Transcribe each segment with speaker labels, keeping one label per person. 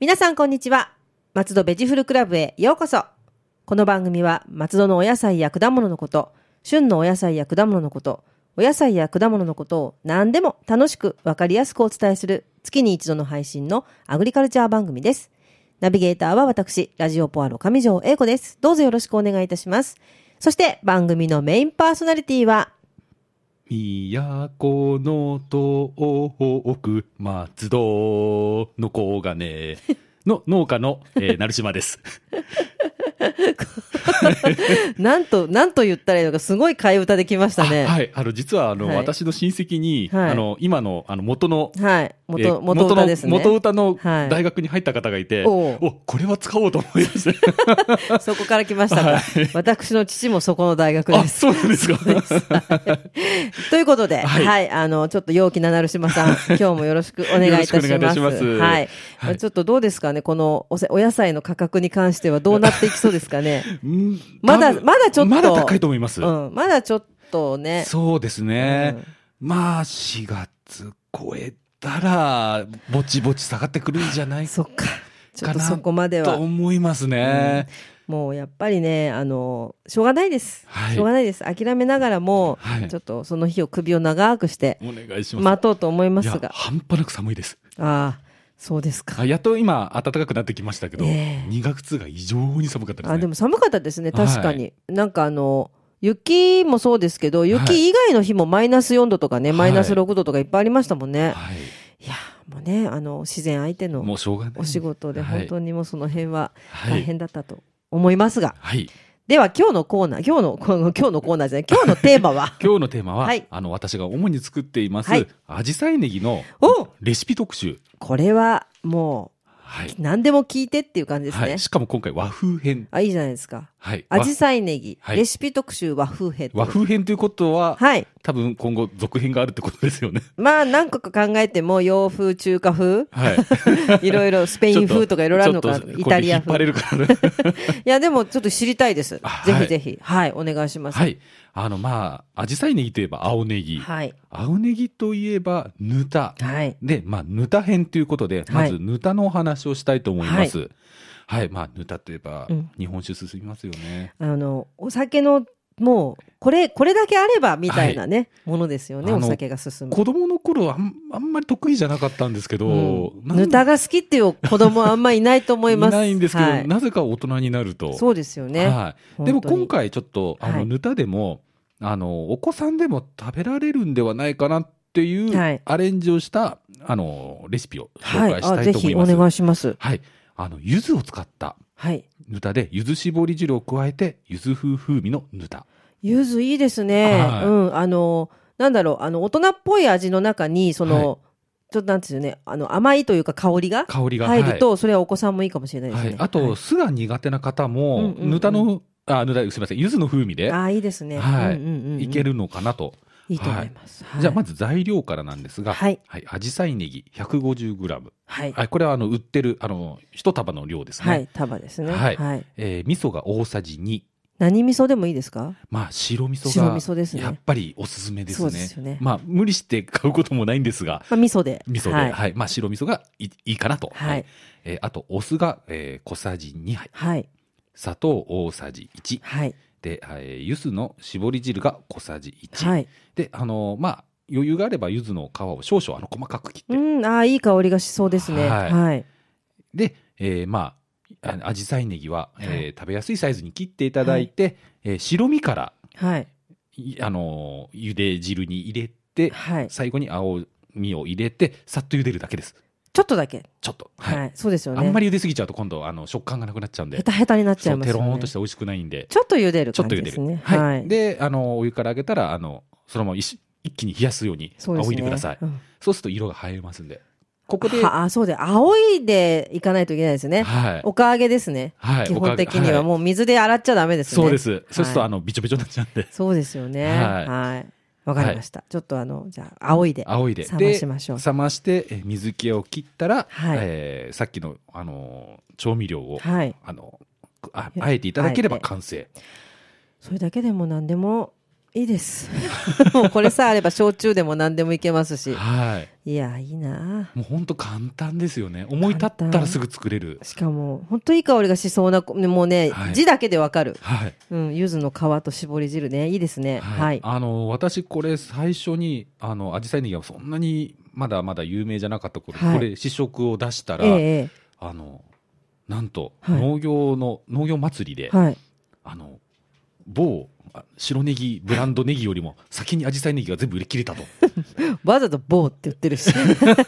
Speaker 1: 皆さんこんにちは。松戸ベジフルクラブへようこそ。この番組は松戸のお野菜や果物のこと、旬のお野菜や果物のこと、お野菜や果物のことを何でも楽しくわかりやすくお伝えする月に一度の配信のアグリカルチャー番組です。ナビゲーターは私、ラジオポアロ上条英子です。どうぞよろしくお願いいたします。そして番組のメインパーソナリティは
Speaker 2: 都の東北松戸の黄金の農家の、え ー、成島です。
Speaker 1: なんと、なんと言ったらいいのか、すごい替え歌できましたね。
Speaker 2: あはい。あの、実は、あの、
Speaker 1: はい
Speaker 2: 私の親戚に、
Speaker 1: はい
Speaker 2: あの、今の、あの、元の、
Speaker 1: はい。
Speaker 2: え
Speaker 1: 元、
Speaker 2: ー
Speaker 1: 元歌ですね。
Speaker 2: 元の元歌の
Speaker 1: はい
Speaker 2: 大学に入った方がいて、
Speaker 1: おう
Speaker 2: お、これは使おうと思いまして。
Speaker 1: そこから来ました
Speaker 2: は
Speaker 1: か。
Speaker 2: い
Speaker 1: 私の父もそこの大学で
Speaker 2: あ、
Speaker 1: す。
Speaker 2: そうなんですか。
Speaker 1: ということで、は、
Speaker 2: はいい
Speaker 1: あの、ちょっと陽気な成島さん、 今日もよろしくお願いいたしま
Speaker 2: よろ
Speaker 1: す。
Speaker 2: しくお願いいたします
Speaker 1: はい。
Speaker 2: はい
Speaker 1: ちょっとどうですかね、このおせお野菜の価格に関してはどうなっていきそうですかね。
Speaker 2: うん
Speaker 1: まだ
Speaker 2: 多分
Speaker 1: まだちょっと
Speaker 2: まだ高いと思います。
Speaker 1: うん、まだちょっとね。
Speaker 2: そうですね。まあ、4月超えたら、ぼちぼち下がってくるんじゃない
Speaker 1: そっか。ちょ
Speaker 2: か
Speaker 1: っと
Speaker 2: な
Speaker 1: そこまで
Speaker 2: と
Speaker 1: は。
Speaker 2: 思いますね。
Speaker 1: もうやっぱりね、あの、しょうがないです。
Speaker 2: はい
Speaker 1: しょうがないです。諦めながらも、
Speaker 2: はい
Speaker 1: ちょっとその日を首を長くして、
Speaker 2: お願いします。
Speaker 1: 待とうと思いま
Speaker 2: い
Speaker 1: す
Speaker 2: や
Speaker 1: が。
Speaker 2: 半端なく寒いです。
Speaker 1: ああ、そうですか。
Speaker 2: あやっと今、暖かくなってきましたけど、
Speaker 1: ええ
Speaker 2: 2月が異常に寒かったですね。
Speaker 1: あでも寒かったですね、
Speaker 2: はい
Speaker 1: 確かに。なんかあの、雪もそうですけど、雪以外の日もマイナス4度とかね、
Speaker 2: はい
Speaker 1: マイナス6度とかいっぱいありましたもんね。
Speaker 2: はい、
Speaker 1: い、やー、もうね、あの、自然相手の
Speaker 2: もうしょうがない。
Speaker 1: お仕事で、
Speaker 2: はい
Speaker 1: 本当にもうその辺は
Speaker 2: はい
Speaker 1: 大変だったと思いますが。
Speaker 2: はい。、
Speaker 1: では今日のコーナー、今日の、この今日のコーナーじゃない、今日のテーマは
Speaker 2: 今日のテーマは、
Speaker 1: はい
Speaker 2: あの、私が主に作っています
Speaker 1: はい、
Speaker 2: アジサイネギの
Speaker 1: お
Speaker 2: レシピ特集。
Speaker 1: これはも
Speaker 2: は
Speaker 1: う
Speaker 2: い。
Speaker 1: 何でも聞いてっていう感じですね。
Speaker 2: はい。しかも今回和風編。
Speaker 1: あ、いいじゃないですか。
Speaker 2: はい。
Speaker 1: アジサイネギ、
Speaker 2: はい
Speaker 1: レシピ特集和風編。
Speaker 2: 和風編ということは、
Speaker 1: はい。
Speaker 2: 多分今後続編があるってことですよね。
Speaker 1: まあ何個か考えても洋風、中華風、
Speaker 2: はい。
Speaker 1: いろいろスペイン風とかいろいろあるのか
Speaker 2: ちょっと
Speaker 1: イタリア
Speaker 2: これ
Speaker 1: 風。い
Speaker 2: で引っ張れるからね。
Speaker 1: や、でもちょっと知りたいです
Speaker 2: あ。
Speaker 1: ぜ
Speaker 2: は
Speaker 1: ひ
Speaker 2: い
Speaker 1: ぜひ。 はい、お願いします。。
Speaker 2: はいい。あの、まあ、アジサイネギといえば青ネギ。
Speaker 1: はい。
Speaker 2: 青ネギといえば、ぬた。
Speaker 1: はい。
Speaker 2: で、まあ、ぬた編ということで、
Speaker 1: は
Speaker 2: ま
Speaker 1: い
Speaker 2: ずぬたのお話をしたいと思います。はい、まあ、ぬたといえば
Speaker 1: うん、
Speaker 2: 日本酒進みますよね。
Speaker 1: あの、お酒の、もう、これ、これだけあればみたいなね、ものですよね、
Speaker 2: あ
Speaker 1: お
Speaker 2: の
Speaker 1: 酒が進む。
Speaker 2: 子供の頃はあんあんまり得意じゃなかったんですけど、なん
Speaker 1: ぬたが好きっていう子供はあんまいないと思います。
Speaker 2: ないんですけど、
Speaker 1: はい
Speaker 2: なぜか大人になると。
Speaker 1: そうですよね。
Speaker 2: はい。でも
Speaker 1: 本当に
Speaker 2: 今回ちょっと、あ
Speaker 1: は
Speaker 2: の、
Speaker 1: い
Speaker 2: ぬたでも、あの、お子さんでも食べられるんではないかなっていう
Speaker 1: はい
Speaker 2: アレンジをした、あの、レシピを
Speaker 1: は
Speaker 2: 紹
Speaker 1: い。
Speaker 2: 介した
Speaker 1: あ、
Speaker 2: い
Speaker 1: ぜ
Speaker 2: と思
Speaker 1: ひ
Speaker 2: い
Speaker 1: お
Speaker 2: ます。
Speaker 1: 願いします。
Speaker 2: はい。あの、柚子を使った
Speaker 1: はい。
Speaker 2: ぬたで、柚子絞り汁を加えて、柚子風風味のぬた。
Speaker 1: ゆずいいですね。
Speaker 2: はい
Speaker 1: うん。あの、なんだろう、あの、大人っぽい味の中に、その、ちょっとなんていうんですよね、あの、甘いというか香りが
Speaker 2: 香りが
Speaker 1: 入ると、それはお子さんもいいかもしれないで
Speaker 2: は
Speaker 1: す
Speaker 2: いは
Speaker 1: ね
Speaker 2: い。あと、酢が苦手な方
Speaker 1: うん
Speaker 2: も、
Speaker 1: うんうん
Speaker 2: ぬたの、あ、ぬた、すみません、柚子の風味で
Speaker 1: ああ、いいですね。
Speaker 2: はい
Speaker 1: うんうんうんうん
Speaker 2: いけ。るのかなと。
Speaker 1: いいと思います。
Speaker 2: じゃあ、ま
Speaker 1: ず。
Speaker 2: ず材料からなんですが、
Speaker 1: はい。
Speaker 2: はい。アジサイネギ 150g。
Speaker 1: はい。
Speaker 2: はい。これは、あの、売ってる、あの、一束の量ですね。
Speaker 1: はい。束ですね。
Speaker 2: はい
Speaker 1: はい。
Speaker 2: えー味噌が大さじ2。
Speaker 1: 何味噌でもいいですか
Speaker 2: まあ、白味噌
Speaker 1: 白
Speaker 2: が
Speaker 1: 味噌ですね
Speaker 2: やっぱりおすすめです
Speaker 1: そう
Speaker 2: ね。
Speaker 1: ですよね
Speaker 2: まあ、無理して買うこともないんですが、
Speaker 1: まあ、味噌で。
Speaker 2: 味噌で、
Speaker 1: は
Speaker 2: はいい、まあ、白味噌がいいいいかなと。
Speaker 1: はい。
Speaker 2: えーあと、お酢が、えー小さじ2杯。
Speaker 1: はい。
Speaker 2: 砂糖大さじ1。
Speaker 1: はい。
Speaker 2: で、えー、柚子の絞り汁が小さじ1。
Speaker 1: はい。
Speaker 2: で、あのーまあ、余裕があれば柚子の皮を少々あの細かく切
Speaker 1: う
Speaker 2: って。
Speaker 1: ん、ああ、いい香りがしそうですね。
Speaker 2: はい
Speaker 1: はい。
Speaker 2: で、えーまあ、あアジサイネギは、
Speaker 1: は
Speaker 2: えー食べやすいサイズに切っていただいて、えー白身から、
Speaker 1: はい。
Speaker 2: いあのー茹で汁に入れて、
Speaker 1: はい。
Speaker 2: 最後に青みを入れてさっと茹でるだけです
Speaker 1: ちょっとだけ。
Speaker 2: ちょっと、はい
Speaker 1: はい。そうですよね。
Speaker 2: あんまり茹ですぎちゃうと今度あの食感がなくなっちゃうんで
Speaker 1: ヘタヘタになっち
Speaker 2: そ
Speaker 1: ゃいうま
Speaker 2: テ
Speaker 1: す
Speaker 2: ロ
Speaker 1: よ
Speaker 2: ー
Speaker 1: ね
Speaker 2: ンとし。て美味しくないんで
Speaker 1: ちょっと茹でる
Speaker 2: ちょっ
Speaker 1: 感
Speaker 2: と
Speaker 1: じ
Speaker 2: 茹で
Speaker 1: で
Speaker 2: する、
Speaker 1: ね。
Speaker 2: はい
Speaker 1: はい。
Speaker 2: であのお湯からあげたらあのそのまま一一気に冷やすように
Speaker 1: そうです
Speaker 2: 仰い
Speaker 1: ね。
Speaker 2: でくださいそう,、
Speaker 1: うん
Speaker 2: すると色が映えますんでここで
Speaker 1: はあ、そうで、青いでいかないといけないですね。
Speaker 2: はい
Speaker 1: おかあげですね。
Speaker 2: はい
Speaker 1: 基本的には
Speaker 2: う
Speaker 1: もう水で洗っちゃダメですね。
Speaker 2: そうです、そうする
Speaker 1: は
Speaker 2: と
Speaker 1: い
Speaker 2: あのびちょびちょになっちゃうんで
Speaker 1: そうですよね。
Speaker 2: はい
Speaker 1: はい。わかりました。ちょっとあの、じゃあ、青いで。
Speaker 2: 仰いで
Speaker 1: 冷ましましょう
Speaker 2: で冷ましてえ水気を切ったら、
Speaker 1: はい
Speaker 2: えーさっきの、あのー調味料を
Speaker 1: はい。
Speaker 2: あの、ああえていただければ完成。
Speaker 1: それだけでも何でもいいです。 もうこれさえあれば焼酎でも何でもいけますし。
Speaker 2: はい
Speaker 1: いや、いいなあ
Speaker 2: もうほんと簡単ですよね思い立ったらすぐ作れる
Speaker 1: しかも、本当いい香りがしそうな、ねもうね、
Speaker 2: はい
Speaker 1: 字だけでわかる。
Speaker 2: はい、
Speaker 1: うん、柚子の皮と絞り汁ね、いいですね。
Speaker 2: は
Speaker 1: はいい。
Speaker 2: あの私これ最初にあの紫陽花ネギはそんなにまだまだ有名じゃなかった頃、
Speaker 1: はい
Speaker 2: これ試食を出したら、
Speaker 1: えええ
Speaker 2: あのなんと
Speaker 1: はい
Speaker 2: 農業の、農業祭りで、
Speaker 1: えはい。
Speaker 2: あの某あ白ネギブランドネギよりも先に紫陽花ネギが全部売り切れたと
Speaker 1: わざと棒って言ってるし。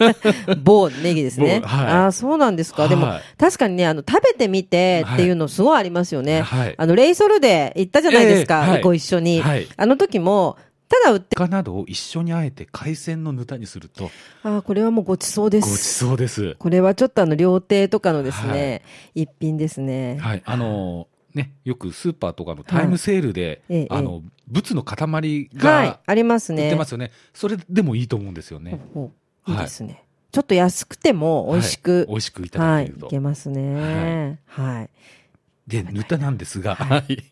Speaker 1: 棒ネギですね。
Speaker 2: 棒はい
Speaker 1: ああ、そうなんですか。でも、
Speaker 2: はい
Speaker 1: 確かにね、あの、食べてみてっていうのすごいありますよね。
Speaker 2: はい
Speaker 1: あの、レイソルで行ったじゃないですか。
Speaker 2: ええはい
Speaker 1: ご一緒に。
Speaker 2: はい
Speaker 1: あの時も、ただ売って、
Speaker 2: イカなどを一緒にあえて海鮮のぬたにすると
Speaker 1: ああ、これはもうごちそうで
Speaker 2: ごち
Speaker 1: す。
Speaker 2: そうです
Speaker 1: これはちょっとあの、料亭とかのですね、一品ですね。
Speaker 2: はいあのねよくスーパーとかのタイムセールで、
Speaker 1: はいええ
Speaker 2: あの物の塊
Speaker 1: はい
Speaker 2: が。
Speaker 1: あります
Speaker 2: 売っ
Speaker 1: ね。
Speaker 2: てますよねそれでもいいと思うんですよね
Speaker 1: ほうほうい
Speaker 2: はい
Speaker 1: いですね、ちょっと安くても美味しく
Speaker 2: 美、味しくいた
Speaker 1: は
Speaker 2: だ
Speaker 1: い、
Speaker 2: け
Speaker 1: い
Speaker 2: ると、
Speaker 1: けますね。はい。
Speaker 2: で、ぬたなんですが、はい。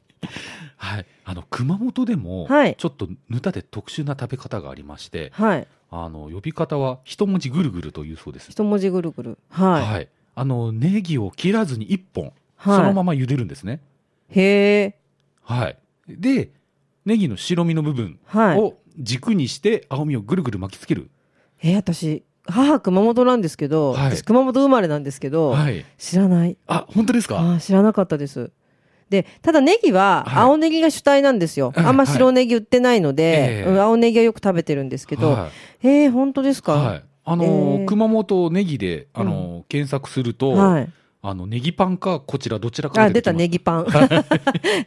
Speaker 2: はい。あの、熊本でも
Speaker 1: はい、
Speaker 2: ちょっとぬたで特殊な食べ方がありまして、
Speaker 1: はい。
Speaker 2: あの、呼び方は一文字ぐるぐるというそうです。
Speaker 1: 一文字ぐるぐる。はい。
Speaker 2: はい。あの、ネギを切らずに一本、
Speaker 1: はい
Speaker 2: そのまま茹でるんですね。
Speaker 1: へえ。
Speaker 2: はい。で、ネギの白身の部分
Speaker 1: はい。
Speaker 2: を軸にして青みをぐるぐる巻きつける。
Speaker 1: えー、私、母熊本なんですけど、
Speaker 2: はい
Speaker 1: 私熊本生まれなんですけど、
Speaker 2: はい。
Speaker 1: 知らない。
Speaker 2: あ、本当ですか
Speaker 1: あー知らなかったです。で、ただネギは
Speaker 2: はい
Speaker 1: 青ネギが主体なんですよ。
Speaker 2: はい
Speaker 1: あんま白ネギ売ってないの
Speaker 2: え
Speaker 1: で、
Speaker 2: え
Speaker 1: うん青ネギはよく食べてるんですけど、
Speaker 2: はい
Speaker 1: えー、本当ですか
Speaker 2: はい。あの
Speaker 1: えー
Speaker 2: 熊本ネギで、あの検索すると、
Speaker 1: はい
Speaker 2: あの、ネギパンか、こちら、どちらかが
Speaker 1: あ、
Speaker 2: て
Speaker 1: 出
Speaker 2: き
Speaker 1: た
Speaker 2: ます
Speaker 1: ネギパ ン。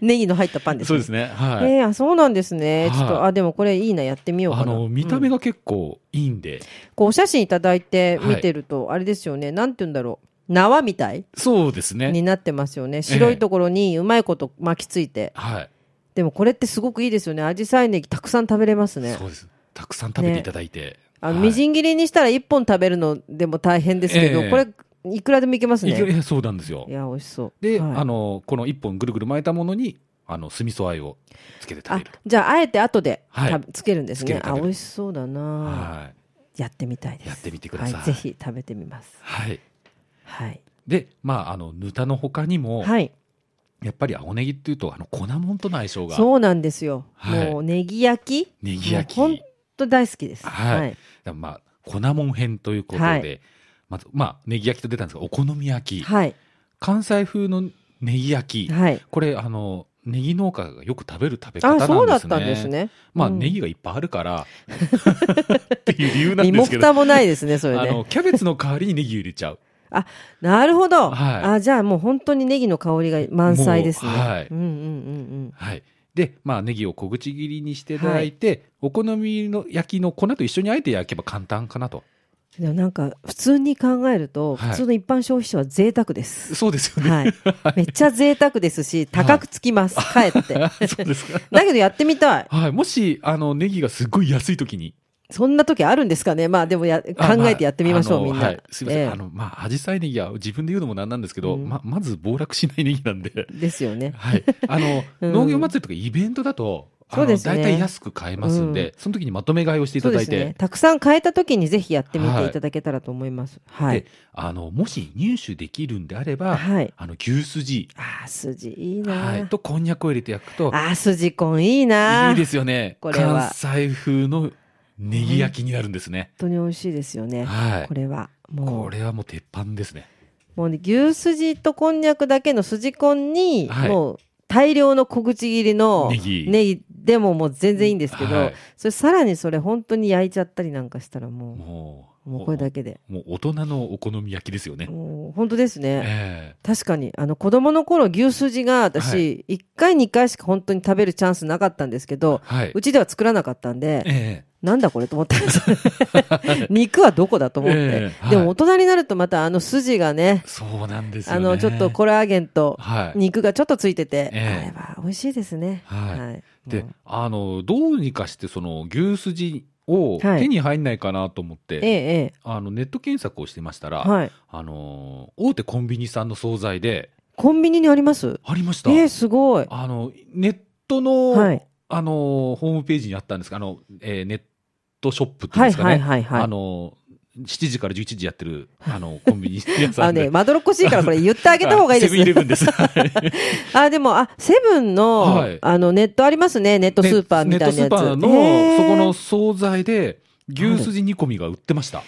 Speaker 1: ネギの入ったパンです
Speaker 2: そう
Speaker 1: ね。
Speaker 2: ですね。はい。
Speaker 1: えーあそうなんですね。
Speaker 2: はい
Speaker 1: ちょっと、あ、でもこれいいな、やってみようか
Speaker 2: あ
Speaker 1: な。
Speaker 2: の、見た
Speaker 1: う
Speaker 2: 目
Speaker 1: ん
Speaker 2: が結構いいんで。
Speaker 1: こう、お写真いただいて
Speaker 2: はい
Speaker 1: 見てると、あれですよね、なんて言うんだろう。縄みたい
Speaker 2: そうです
Speaker 1: に
Speaker 2: ね。
Speaker 1: なってますよね。白いところにうまいこと巻きついて。
Speaker 2: はい。
Speaker 1: でもこれってすごくいいですよね。アジサイネギたくさん食べれますね
Speaker 2: そ。うです。たくさん食べていただいて。
Speaker 1: あの、
Speaker 2: はい
Speaker 1: みじん切りにしたら1本食べるのでも大変ですけど、
Speaker 2: ええ
Speaker 1: これ、いくらでもいけます
Speaker 2: いけ
Speaker 1: ね。
Speaker 2: えそうなんですよ
Speaker 1: い。や、美味しそう。
Speaker 2: で、
Speaker 1: はい
Speaker 2: あの、この一本ぐるぐる巻いたものに、あの、酢味噌あえをつけて食
Speaker 1: あ
Speaker 2: べる。、
Speaker 1: じゃあ、あえて後で
Speaker 2: はい
Speaker 1: 食べつけるんです
Speaker 2: つけ
Speaker 1: ね
Speaker 2: る。食
Speaker 1: あ、
Speaker 2: べる
Speaker 1: 美味しそうだな
Speaker 2: はい。
Speaker 1: やってみたいです。
Speaker 2: やってみてください
Speaker 1: はぜひ食べてみます。
Speaker 2: はい。
Speaker 1: はい。
Speaker 2: で、まあ、あの、ぬたの他にも、
Speaker 1: はい。
Speaker 2: やっぱり青ネギっていうと、あの、粉もんとの相性が、
Speaker 1: そうなんですよ。
Speaker 2: はい
Speaker 1: もうネギ焼き。
Speaker 2: ネギ焼き。
Speaker 1: もう本当大好きです。
Speaker 2: はい
Speaker 1: はい。
Speaker 2: まあ、粉もん編ということで、
Speaker 1: はい
Speaker 2: まず、まあ、ネギ焼きと出たんですが、お好み焼き。
Speaker 1: はい。
Speaker 2: 関西風のネギ焼き。
Speaker 1: はい。
Speaker 2: これあのネギ農家がよく食べる食べ方なん
Speaker 1: あ、
Speaker 2: ですね。
Speaker 1: そうだったんです。ね。
Speaker 2: まあ、
Speaker 1: うん
Speaker 2: ネギがいっぱいあるから、っていう理由なん
Speaker 1: 身
Speaker 2: で
Speaker 1: も
Speaker 2: すけど。あ
Speaker 1: 蓋もないですね、それね
Speaker 2: の。キャベツの代わりにネギ入れちゃう。
Speaker 1: なるほど。
Speaker 2: はい
Speaker 1: あ、じゃあもう本当にネギの香りが満載ですね。
Speaker 2: もうはい
Speaker 1: うんうんうん
Speaker 2: はい。で、まあネギを小口切りにしていただいて、お好みの焼きの粉と一緒にあえて焼けば簡単かなと。
Speaker 1: うん。でもなんか、普通に考えると、
Speaker 2: はい
Speaker 1: 普通の一般消費者は贅沢です。
Speaker 2: そうですよね。
Speaker 1: はい。めっちゃ贅沢ですし、高くつきます。かえって。だ
Speaker 2: そうですか。
Speaker 1: けどやってみたい。
Speaker 2: はい。もし、あの、ネギがすごい安い時に。
Speaker 1: そんな時あるんですかね。まあでもや、
Speaker 2: あ
Speaker 1: 考えてやってみましょう、
Speaker 2: あの
Speaker 1: みんな。
Speaker 2: はいすいません。
Speaker 1: ええ
Speaker 2: あの、まあ、アジサイネギは自分で言うのもなんなんですけど、
Speaker 1: うん
Speaker 2: ま、まず暴落しないネギなんで。
Speaker 1: ですよね。
Speaker 2: はい。あの、
Speaker 1: うん
Speaker 2: 農業祭りとかイベントだと、あ
Speaker 1: そ
Speaker 2: の、
Speaker 1: うですね
Speaker 2: 大体安く買えますんで、その時にまとめ買いをしていた
Speaker 1: そう
Speaker 2: だ
Speaker 1: で
Speaker 2: い
Speaker 1: す
Speaker 2: て、
Speaker 1: ね。たくさん買えた時にぜひやってみていただけたらと思います。はい
Speaker 2: で。あの、もし入手できるんであれば、
Speaker 1: はい。
Speaker 2: あの、牛すじ、
Speaker 1: あー、筋いいな。
Speaker 2: はい、とこんにゃくを入れて焼くと、
Speaker 1: あー、筋コンいいな。
Speaker 2: いいですよね。
Speaker 1: これは
Speaker 2: 関西風のネギ焼きになるんですね。
Speaker 1: 本当に美味しいですよね。
Speaker 2: はい
Speaker 1: こ。れは。も
Speaker 2: こ
Speaker 1: う、
Speaker 2: れはもう鉄板ですね。
Speaker 1: もうね、牛すじとこんにゃくだけのすじコンに、
Speaker 2: はい
Speaker 1: もう大量の小口切りの
Speaker 2: ネギ
Speaker 1: ネギでももう全然いいんですけど、
Speaker 2: はい
Speaker 1: それさらにそれ本当に焼いちゃったりなんかしたらも
Speaker 2: もう、
Speaker 1: う、もうこれだけで。
Speaker 2: もう大人のお好み焼きですよね。
Speaker 1: もう本当ですね。
Speaker 2: え
Speaker 1: 確かに、あの子供の頃牛すじが
Speaker 2: は
Speaker 1: 私、1回2回しか本当に食べるチャンスなかったんですけ
Speaker 2: え
Speaker 1: ど、
Speaker 2: はい。
Speaker 1: うちでは作らなかったんで、
Speaker 2: え
Speaker 1: なんだこれと思ったんですよ 肉はどこだと思って、
Speaker 2: ええはい
Speaker 1: でも大人になるとまたあの筋がね
Speaker 2: えそうなんですよ
Speaker 1: あ
Speaker 2: ね。
Speaker 1: のちょっとコラーゲンと
Speaker 2: はい。
Speaker 1: 肉がちょっとついてて、
Speaker 2: ええ
Speaker 1: あれは美味しいですね
Speaker 2: はい
Speaker 1: い
Speaker 2: で
Speaker 1: もう、
Speaker 2: あの、どうにかしてその牛すじを
Speaker 1: はい
Speaker 2: 手に入んないかなと思って、
Speaker 1: えええ
Speaker 2: あのネット検索をしてましたら、
Speaker 1: えはい
Speaker 2: あの、大手コンビニさんの惣菜で、
Speaker 1: コンビニにあります
Speaker 2: ありました。
Speaker 1: ええすごい
Speaker 2: あの、ネットの、
Speaker 1: はい
Speaker 2: あのーホームページにあったんですが、あの、えーネットショップっていうんですかね。
Speaker 1: はいはいはいはい
Speaker 2: あのー7時から11時やってる、あの、コンビニ屋
Speaker 1: あ
Speaker 2: さ
Speaker 1: の
Speaker 2: んで。
Speaker 1: ね、まどろっこしいからこれ言ってあげた方がいいです
Speaker 2: セブンイレブン です。はい
Speaker 1: あ、でも、あ、セブンの、
Speaker 2: はい
Speaker 1: あの、ネットありますね。ネットスーパーみたいなやつ。
Speaker 2: ネットスーパー
Speaker 1: へ
Speaker 2: の、
Speaker 1: ー
Speaker 2: そこの惣菜で、牛すじ煮込みが売ってました。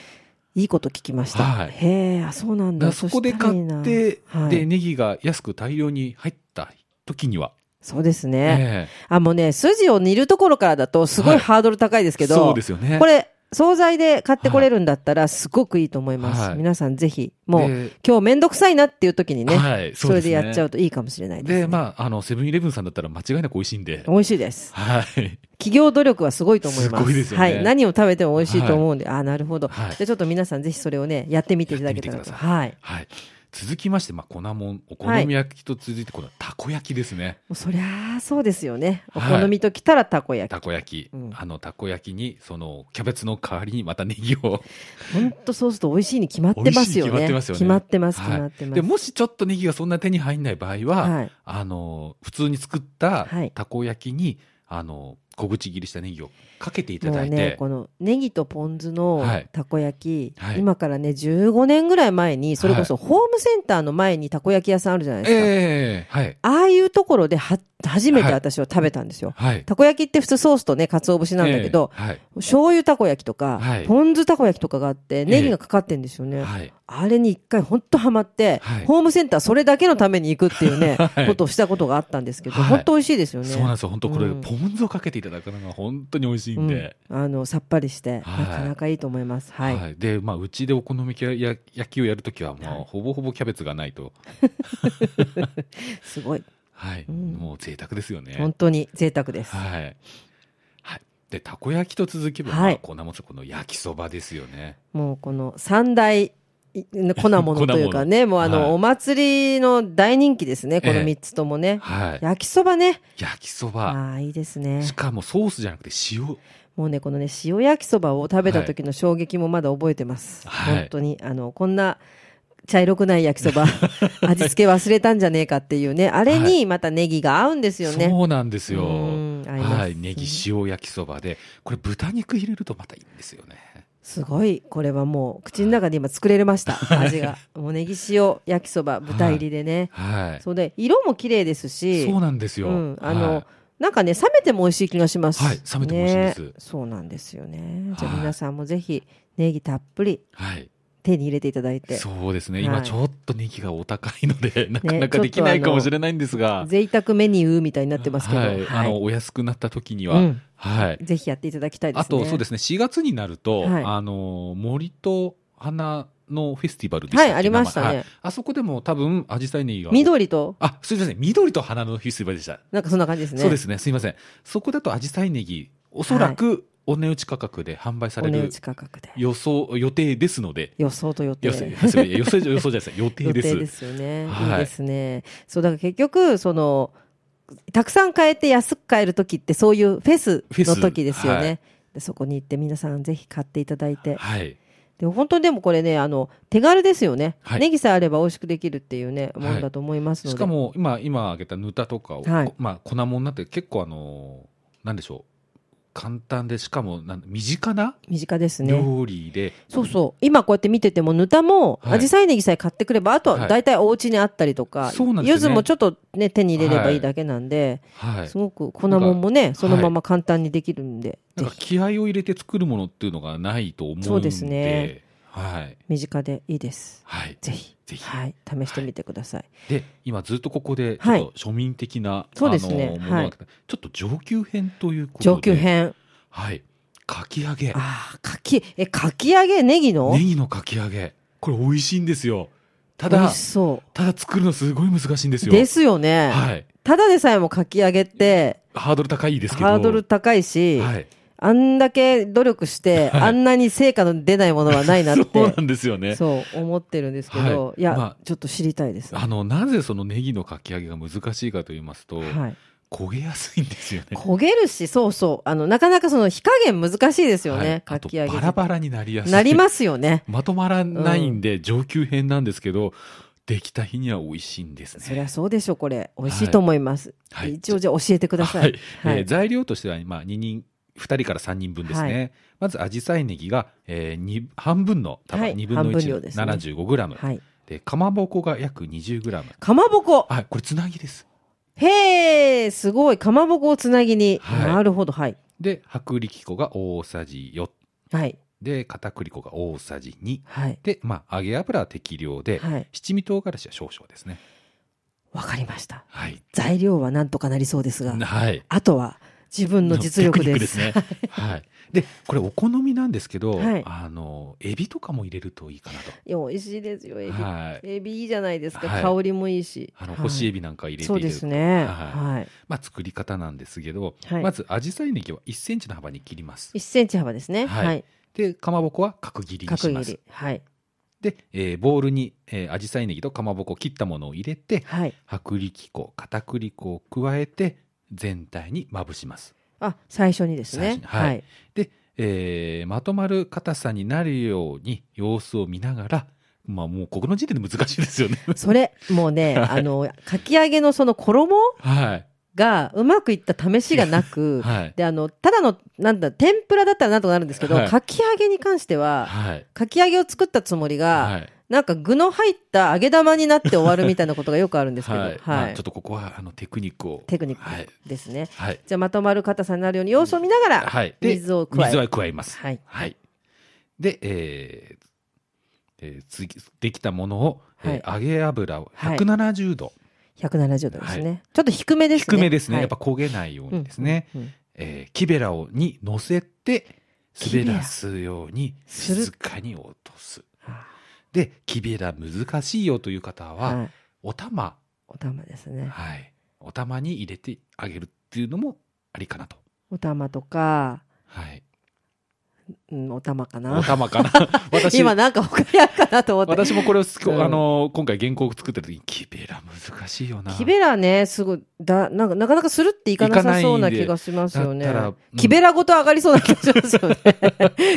Speaker 1: いいこと聞きました。
Speaker 2: はい
Speaker 1: へえ、あ、そうなん
Speaker 2: だか
Speaker 1: だ。
Speaker 2: らそこで
Speaker 1: したらい
Speaker 2: 買
Speaker 1: いな
Speaker 2: って、
Speaker 1: はい
Speaker 2: で、ネギが安く大量に入った時には。
Speaker 1: そうです
Speaker 2: え
Speaker 1: ね。あ、もうね、筋を煮るところからだと、すご
Speaker 2: はいい
Speaker 1: ハードル高いです
Speaker 2: え
Speaker 1: けど、
Speaker 2: そうですよね。
Speaker 1: これ、惣菜で買ってこれるんだったら、すごくいいと思います。
Speaker 2: はい
Speaker 1: 皆さん、ぜひ、もう、
Speaker 2: で
Speaker 1: 今日めんどくさいなっていう時にね、
Speaker 2: はい、
Speaker 1: それでやっちゃ
Speaker 2: う
Speaker 1: うといいかもしれない
Speaker 2: で
Speaker 1: ですす、
Speaker 2: ね。
Speaker 1: ね。
Speaker 2: で、まあ、あの、セブンイレブンさんだったら間違いなく美味しいんで。
Speaker 1: 美味しいです。
Speaker 2: はい。
Speaker 1: 企業努力はすごいと思いま
Speaker 2: す
Speaker 1: す。
Speaker 2: ごいですよ
Speaker 1: は
Speaker 2: ね
Speaker 1: い。何を食べても美味しいと思うんで、あ、なるほど。
Speaker 2: はい
Speaker 1: じゃあちょっと皆さんぜひそれをね、やってみていただけたら
Speaker 2: やって
Speaker 1: と。
Speaker 2: みて
Speaker 1: はい。も
Speaker 2: はい。続きまして、まあ、粉もん、お好み焼きと続いて、このたこ焼きですね。
Speaker 1: うそりゃあそうですよね。お
Speaker 2: はい
Speaker 1: 好みときたらたこ焼き。
Speaker 2: たこ焼き、
Speaker 1: うん
Speaker 2: あのたこ焼きにそのキャベツの代わりにまたネギを
Speaker 1: ほんとそうすると美味しいに決まってますよ
Speaker 2: 美味しいに決
Speaker 1: ね。
Speaker 2: まってますよね
Speaker 1: 決まってます、
Speaker 2: はい
Speaker 1: 決まってます
Speaker 2: でもしちょっとネギがそんな手に入んない場合は、
Speaker 1: はい。
Speaker 2: あの普通に作った
Speaker 1: はい
Speaker 2: たこ焼きに、あの小口切りしたネギをかけていた
Speaker 1: も
Speaker 2: だ
Speaker 1: う
Speaker 2: いて、
Speaker 1: ね、このネギとポン酢の
Speaker 2: はい
Speaker 1: たこ焼き、
Speaker 2: はい
Speaker 1: 今からね、15年ぐらい前に、それこそホームセンターの前にたこ焼き屋さんあるじゃないですか。
Speaker 2: ええはい
Speaker 1: ああいうところでは、初めて
Speaker 2: はい
Speaker 1: 私は食べたんですよ。
Speaker 2: はい
Speaker 1: たこ焼きって普通ソースとね、鰹節なんだけど、、
Speaker 2: ええ
Speaker 1: 醤油たこ焼きとか、
Speaker 2: はい
Speaker 1: ポン酢たこ焼きとかがあって、ネギがかかってんですよね。
Speaker 2: はい はい
Speaker 1: あれに一回ほんとハマって、
Speaker 2: はい
Speaker 1: ホームセンターそれだけのために行くっていうね、
Speaker 2: はい
Speaker 1: ことをしたことがあったんですけど、
Speaker 2: はい
Speaker 1: ほんと美味しいですよね。
Speaker 2: そうなんですよ本当これ、
Speaker 1: うん
Speaker 2: ポン酢をかけていただくのが本当に美味しい
Speaker 1: うん
Speaker 2: で、
Speaker 1: ん、あのさっぱりして、
Speaker 2: はい
Speaker 1: なかなかいいと思います。は。
Speaker 2: はいい、で、まあ、うちでお好み焼きをやるときは、
Speaker 1: は
Speaker 2: も
Speaker 1: いう
Speaker 2: ほぼほぼキャベツがないと、
Speaker 1: すごい。
Speaker 2: はい、
Speaker 1: うん
Speaker 2: もう贅沢ですよね。
Speaker 1: 本当に贅沢です。
Speaker 2: はい。はい。で、たこ焼きと続けば、
Speaker 1: はい
Speaker 2: まあ、こんなもんですよこの焼きそばですよね。
Speaker 1: もうこの三大い粉物という かね、もうあの、
Speaker 2: はい
Speaker 1: お祭りの大人気ですね、この
Speaker 2: ええ
Speaker 1: 三つともね。
Speaker 2: はい。
Speaker 1: 焼きそばね。
Speaker 2: 焼きそば。
Speaker 1: ああ、いいですね。
Speaker 2: しかもソースじゃなくて塩。
Speaker 1: もうね、このね、塩焼きそばを食べた時の衝撃もまだ覚えてます。
Speaker 2: はい
Speaker 1: 本当に、あの、こんな、茶色くない 焼きそば、味付け忘れたんじゃねえかっていうね、あれ
Speaker 2: は
Speaker 1: にまたネギが合うんですよね。
Speaker 2: そうなんですよ。
Speaker 1: うん合います
Speaker 2: はい。ネギ塩焼きそばで、これ豚肉入れるとまたいいんですよね。
Speaker 1: すごい、これはもう、口の中で今作れれました、味が。もうネギ塩焼きそば、豚入りでね。
Speaker 2: はい。
Speaker 1: そうで、色も綺麗ですし、
Speaker 2: そうなんですよ。
Speaker 1: うん、あの、
Speaker 2: はい
Speaker 1: なんかね、冷めても美味しい気がします。
Speaker 2: はい冷めても美味しいです
Speaker 1: ねそうなんですよね。じゃあ
Speaker 2: はい
Speaker 1: 皆さんもぜひ、ネギたっぷり
Speaker 2: はい。
Speaker 1: 手に入れていただいて、
Speaker 2: そうですね。
Speaker 1: はい
Speaker 2: 今ちょっとネギがお高いので、なかなかできないかもしれないんですが。
Speaker 1: 贅沢メニューみたいになってますけど、
Speaker 2: はい。あの、お安くなった時には、
Speaker 1: うん
Speaker 2: はい。
Speaker 1: ぜひやっていただきたいですね。。
Speaker 2: あと、そうですすね、4月になると、
Speaker 1: はい
Speaker 2: あの、森と花のフェスティバルでしたっ
Speaker 1: は
Speaker 2: け
Speaker 1: い、ありました
Speaker 2: 名前
Speaker 1: ね
Speaker 2: はい。あそこでも多分、アジサイネギが。。
Speaker 1: 緑と、
Speaker 2: あ、すみません、緑と花のフェスティバルでした。
Speaker 1: なんかそんな感じですね。
Speaker 2: そうですね、すみません。そこだとアジサイネギ、おそらく、お値打ち価格で販売さ
Speaker 1: お
Speaker 2: れ
Speaker 1: 値打
Speaker 2: る
Speaker 1: ち価格で。
Speaker 2: 予想、予定ですので、
Speaker 1: 予想と予定。
Speaker 2: 予想、予想予想じゃ予想じゃないです、予定
Speaker 1: 予
Speaker 2: で
Speaker 1: 定
Speaker 2: す。
Speaker 1: ですよね。
Speaker 2: はい
Speaker 1: いいですね。そう、だから結局、その、たくさん買えて安く買える時って、そういうフェスの時ですよ
Speaker 2: フェスは
Speaker 1: ね。でそこに行って皆さんぜひ買っていただいて。
Speaker 2: はい。
Speaker 1: で本当にでもこれね、あの、手軽ですよね。
Speaker 2: はい
Speaker 1: ネギさえあれば美味しくできるっていうね、
Speaker 2: はい
Speaker 1: もんだと思いますので。
Speaker 2: しかも、今、今挙げたぬたとかを、
Speaker 1: はい
Speaker 2: こまあ、粉もんなって結構、あの、なんでしょう。簡単で、しかも、なん身近な
Speaker 1: 身近ですね。
Speaker 2: 料理で、
Speaker 1: そうそう。今こうやって見てても、ぬたも、
Speaker 2: はい
Speaker 1: アジサイネギさえ買ってくれば、あとは大体お家にあったりとか、
Speaker 2: そうなんですよね
Speaker 1: 柚子もちょっとね、手に入れればいいだけなんで、
Speaker 2: はい
Speaker 1: す。ごく粉もんもね、そのまま簡単にできるんで、
Speaker 2: なんか
Speaker 1: ぜひ
Speaker 2: 気合を入れて作るものっていうのがないと思うんで。
Speaker 1: そうですね。
Speaker 2: はい。
Speaker 1: 身近でいいです。
Speaker 2: はい。
Speaker 1: ぜひ、
Speaker 2: ぜひ
Speaker 1: はい、試してみてください。
Speaker 2: で、今ずっとここで、ちょ
Speaker 1: は
Speaker 2: っ
Speaker 1: い
Speaker 2: と庶民的な、
Speaker 1: そうです
Speaker 2: あのも
Speaker 1: ね
Speaker 2: の
Speaker 1: は
Speaker 2: が
Speaker 1: い
Speaker 2: あってちょっと上級編ということで。
Speaker 1: 上級。編。
Speaker 2: はい。かき揚げ。
Speaker 1: ああ、かき、え、かき揚げネギの
Speaker 2: ネギのかき揚げ。これ美味しいんですよ。た
Speaker 1: 美
Speaker 2: だ
Speaker 1: 味し、そ
Speaker 2: ただ作るのすごい難しいんですよ。
Speaker 1: う。ですよね。
Speaker 2: はい。
Speaker 1: ただでさえもかき揚げって、
Speaker 2: ハードル高いですけど。
Speaker 1: ハードル高いし、
Speaker 2: はい。
Speaker 1: あんだけ努力して、
Speaker 2: はい
Speaker 1: あんなに成果の出ないものはないな っ
Speaker 2: そ
Speaker 1: て、
Speaker 2: うなんですよね。
Speaker 1: そう思ってるんですけど、
Speaker 2: はい
Speaker 1: い、や、
Speaker 2: まあ
Speaker 1: ちょっと知りたいです。
Speaker 2: あの、なぜそのネギのかき揚げが難しいかと言いますと、
Speaker 1: はい、
Speaker 2: 焦げやすいんですよね。
Speaker 1: 焦げるし、そうそう。あの、なかなかその火加減難しいですよね、
Speaker 2: はい
Speaker 1: かき揚
Speaker 2: あ
Speaker 1: げ。
Speaker 2: とバラバラになりやすい。
Speaker 1: なりますよね。
Speaker 2: まとまらないんで、上級編なんですけど、できた日には美味しいんですね。
Speaker 1: そりゃそうでしょ、これ。美味しいと思います。
Speaker 2: はい
Speaker 1: 一応、じゃあ教えてください。
Speaker 2: は
Speaker 1: はいい
Speaker 2: えー材料としては、まあ、2人、2人から3人分ですね。ま
Speaker 1: は
Speaker 2: ず、アジサイネギが、えーに半分の束、
Speaker 1: はい
Speaker 2: 2分の
Speaker 1: 半分量
Speaker 2: 1、
Speaker 1: ですね
Speaker 2: 75グラム。
Speaker 1: はい。
Speaker 2: で、かまぼこが約20グラム。
Speaker 1: かまぼこ
Speaker 2: はい、これつなぎです。
Speaker 1: へえ、すごい。かまぼこをつなぎに。
Speaker 2: はい
Speaker 1: なるほど、はい。
Speaker 2: で、薄力粉が大さじ4。
Speaker 1: はい。
Speaker 2: で、片栗粉が大さじ2。
Speaker 1: はい。
Speaker 2: で、まあ、揚げ油は適量で、
Speaker 1: はい。
Speaker 2: 七味唐辛子は少々ですね。
Speaker 1: わかりました。
Speaker 2: はい。
Speaker 1: 材料はなんとかなりそうですが、
Speaker 2: はい。
Speaker 1: あとは自分の実力
Speaker 2: テクニッ
Speaker 1: で
Speaker 2: ク
Speaker 1: す。
Speaker 2: ね。はい。で、これお好みなんですけど、
Speaker 1: はい
Speaker 2: あの、エビとかも入れるといいかなと。
Speaker 1: いや、美味しいですよ、エビ。
Speaker 2: はい。
Speaker 1: エビいいじゃないですか。
Speaker 2: はい
Speaker 1: 香りもいいし。
Speaker 2: あの、
Speaker 1: はい
Speaker 2: 干しエビなんか入れてい
Speaker 1: そう
Speaker 2: れる
Speaker 1: ですね。
Speaker 2: は
Speaker 1: はい。
Speaker 2: まあ、作り方なんですけど、
Speaker 1: はい
Speaker 2: まず、アジサイネギは1センチの幅に切ります。
Speaker 1: 1センチ幅ですね。
Speaker 2: はい
Speaker 1: はい。
Speaker 2: で、かまぼこは角切りにし
Speaker 1: 角
Speaker 2: ま
Speaker 1: 切
Speaker 2: す
Speaker 1: り。。はい。
Speaker 2: で、えーボウルに、えー、アジサイネギとかまぼこを切ったものを入れて、
Speaker 1: はい。
Speaker 2: 薄力粉、片栗粉を加えて、全体にまぶします。
Speaker 1: あ、最初にですね。
Speaker 2: 最初に
Speaker 1: は
Speaker 2: はいい。えーまとまる硬さになるように様子を見ながら、まあもうここの時点で難しいですよ ね。
Speaker 1: それ、もうね、あの、かき揚げのその衣
Speaker 2: はい。
Speaker 1: がうまくいった試しがなく、
Speaker 2: はい。
Speaker 1: で、あの、ただの、なんだ、天ぷらだったらなんとかなるんですけど、
Speaker 2: はい
Speaker 1: かき揚げに関しては、
Speaker 2: はい。
Speaker 1: かき揚げを作ったつもりが、
Speaker 2: はい。
Speaker 1: なんか具の入った揚げ玉になって終わるみたいなことがよくあるんですけど、
Speaker 2: は。
Speaker 1: はいい。
Speaker 2: まあちょっとここは、あの、テクニックを。
Speaker 1: テクニッ
Speaker 2: はい
Speaker 1: ク。ですね。
Speaker 2: はい。
Speaker 1: じゃあまとまる硬さになるように様子を見ながら、
Speaker 2: はい。で
Speaker 1: 水を加え
Speaker 2: 水
Speaker 1: る。
Speaker 2: は加えます。
Speaker 1: はい。
Speaker 2: はい。で、えーえー次、できたものを、えー揚げ油を170度、
Speaker 1: 170度ですね、ちょっと低めですね。
Speaker 2: 低めですね、
Speaker 1: はい
Speaker 2: やっぱ焦げないようにですね、。
Speaker 1: うんうんうん
Speaker 2: えー木べらをに乗せて滑らすように
Speaker 1: する
Speaker 2: 静かに落とす。
Speaker 1: あ
Speaker 2: で木べら難しいよという方は、
Speaker 1: はい。
Speaker 2: お玉、
Speaker 1: お玉ですね。
Speaker 2: はい、お玉に入れてあげるっていうのもありかなと。
Speaker 1: お玉とか、
Speaker 2: はい、
Speaker 1: うん、お玉か
Speaker 2: お
Speaker 1: な。
Speaker 2: 玉 かな私
Speaker 1: 今なんか他にあるかなと思って。
Speaker 2: 私もこれをすこ、
Speaker 1: うん
Speaker 2: あのー今回原稿を作ってる時に木べら難しいよな。
Speaker 1: 木べらね、すごい、だ、なんか、なかなかするっていかなさそうな気がしますよね
Speaker 2: だったらうん。
Speaker 1: 木べらごと上がりそうな気がします よね。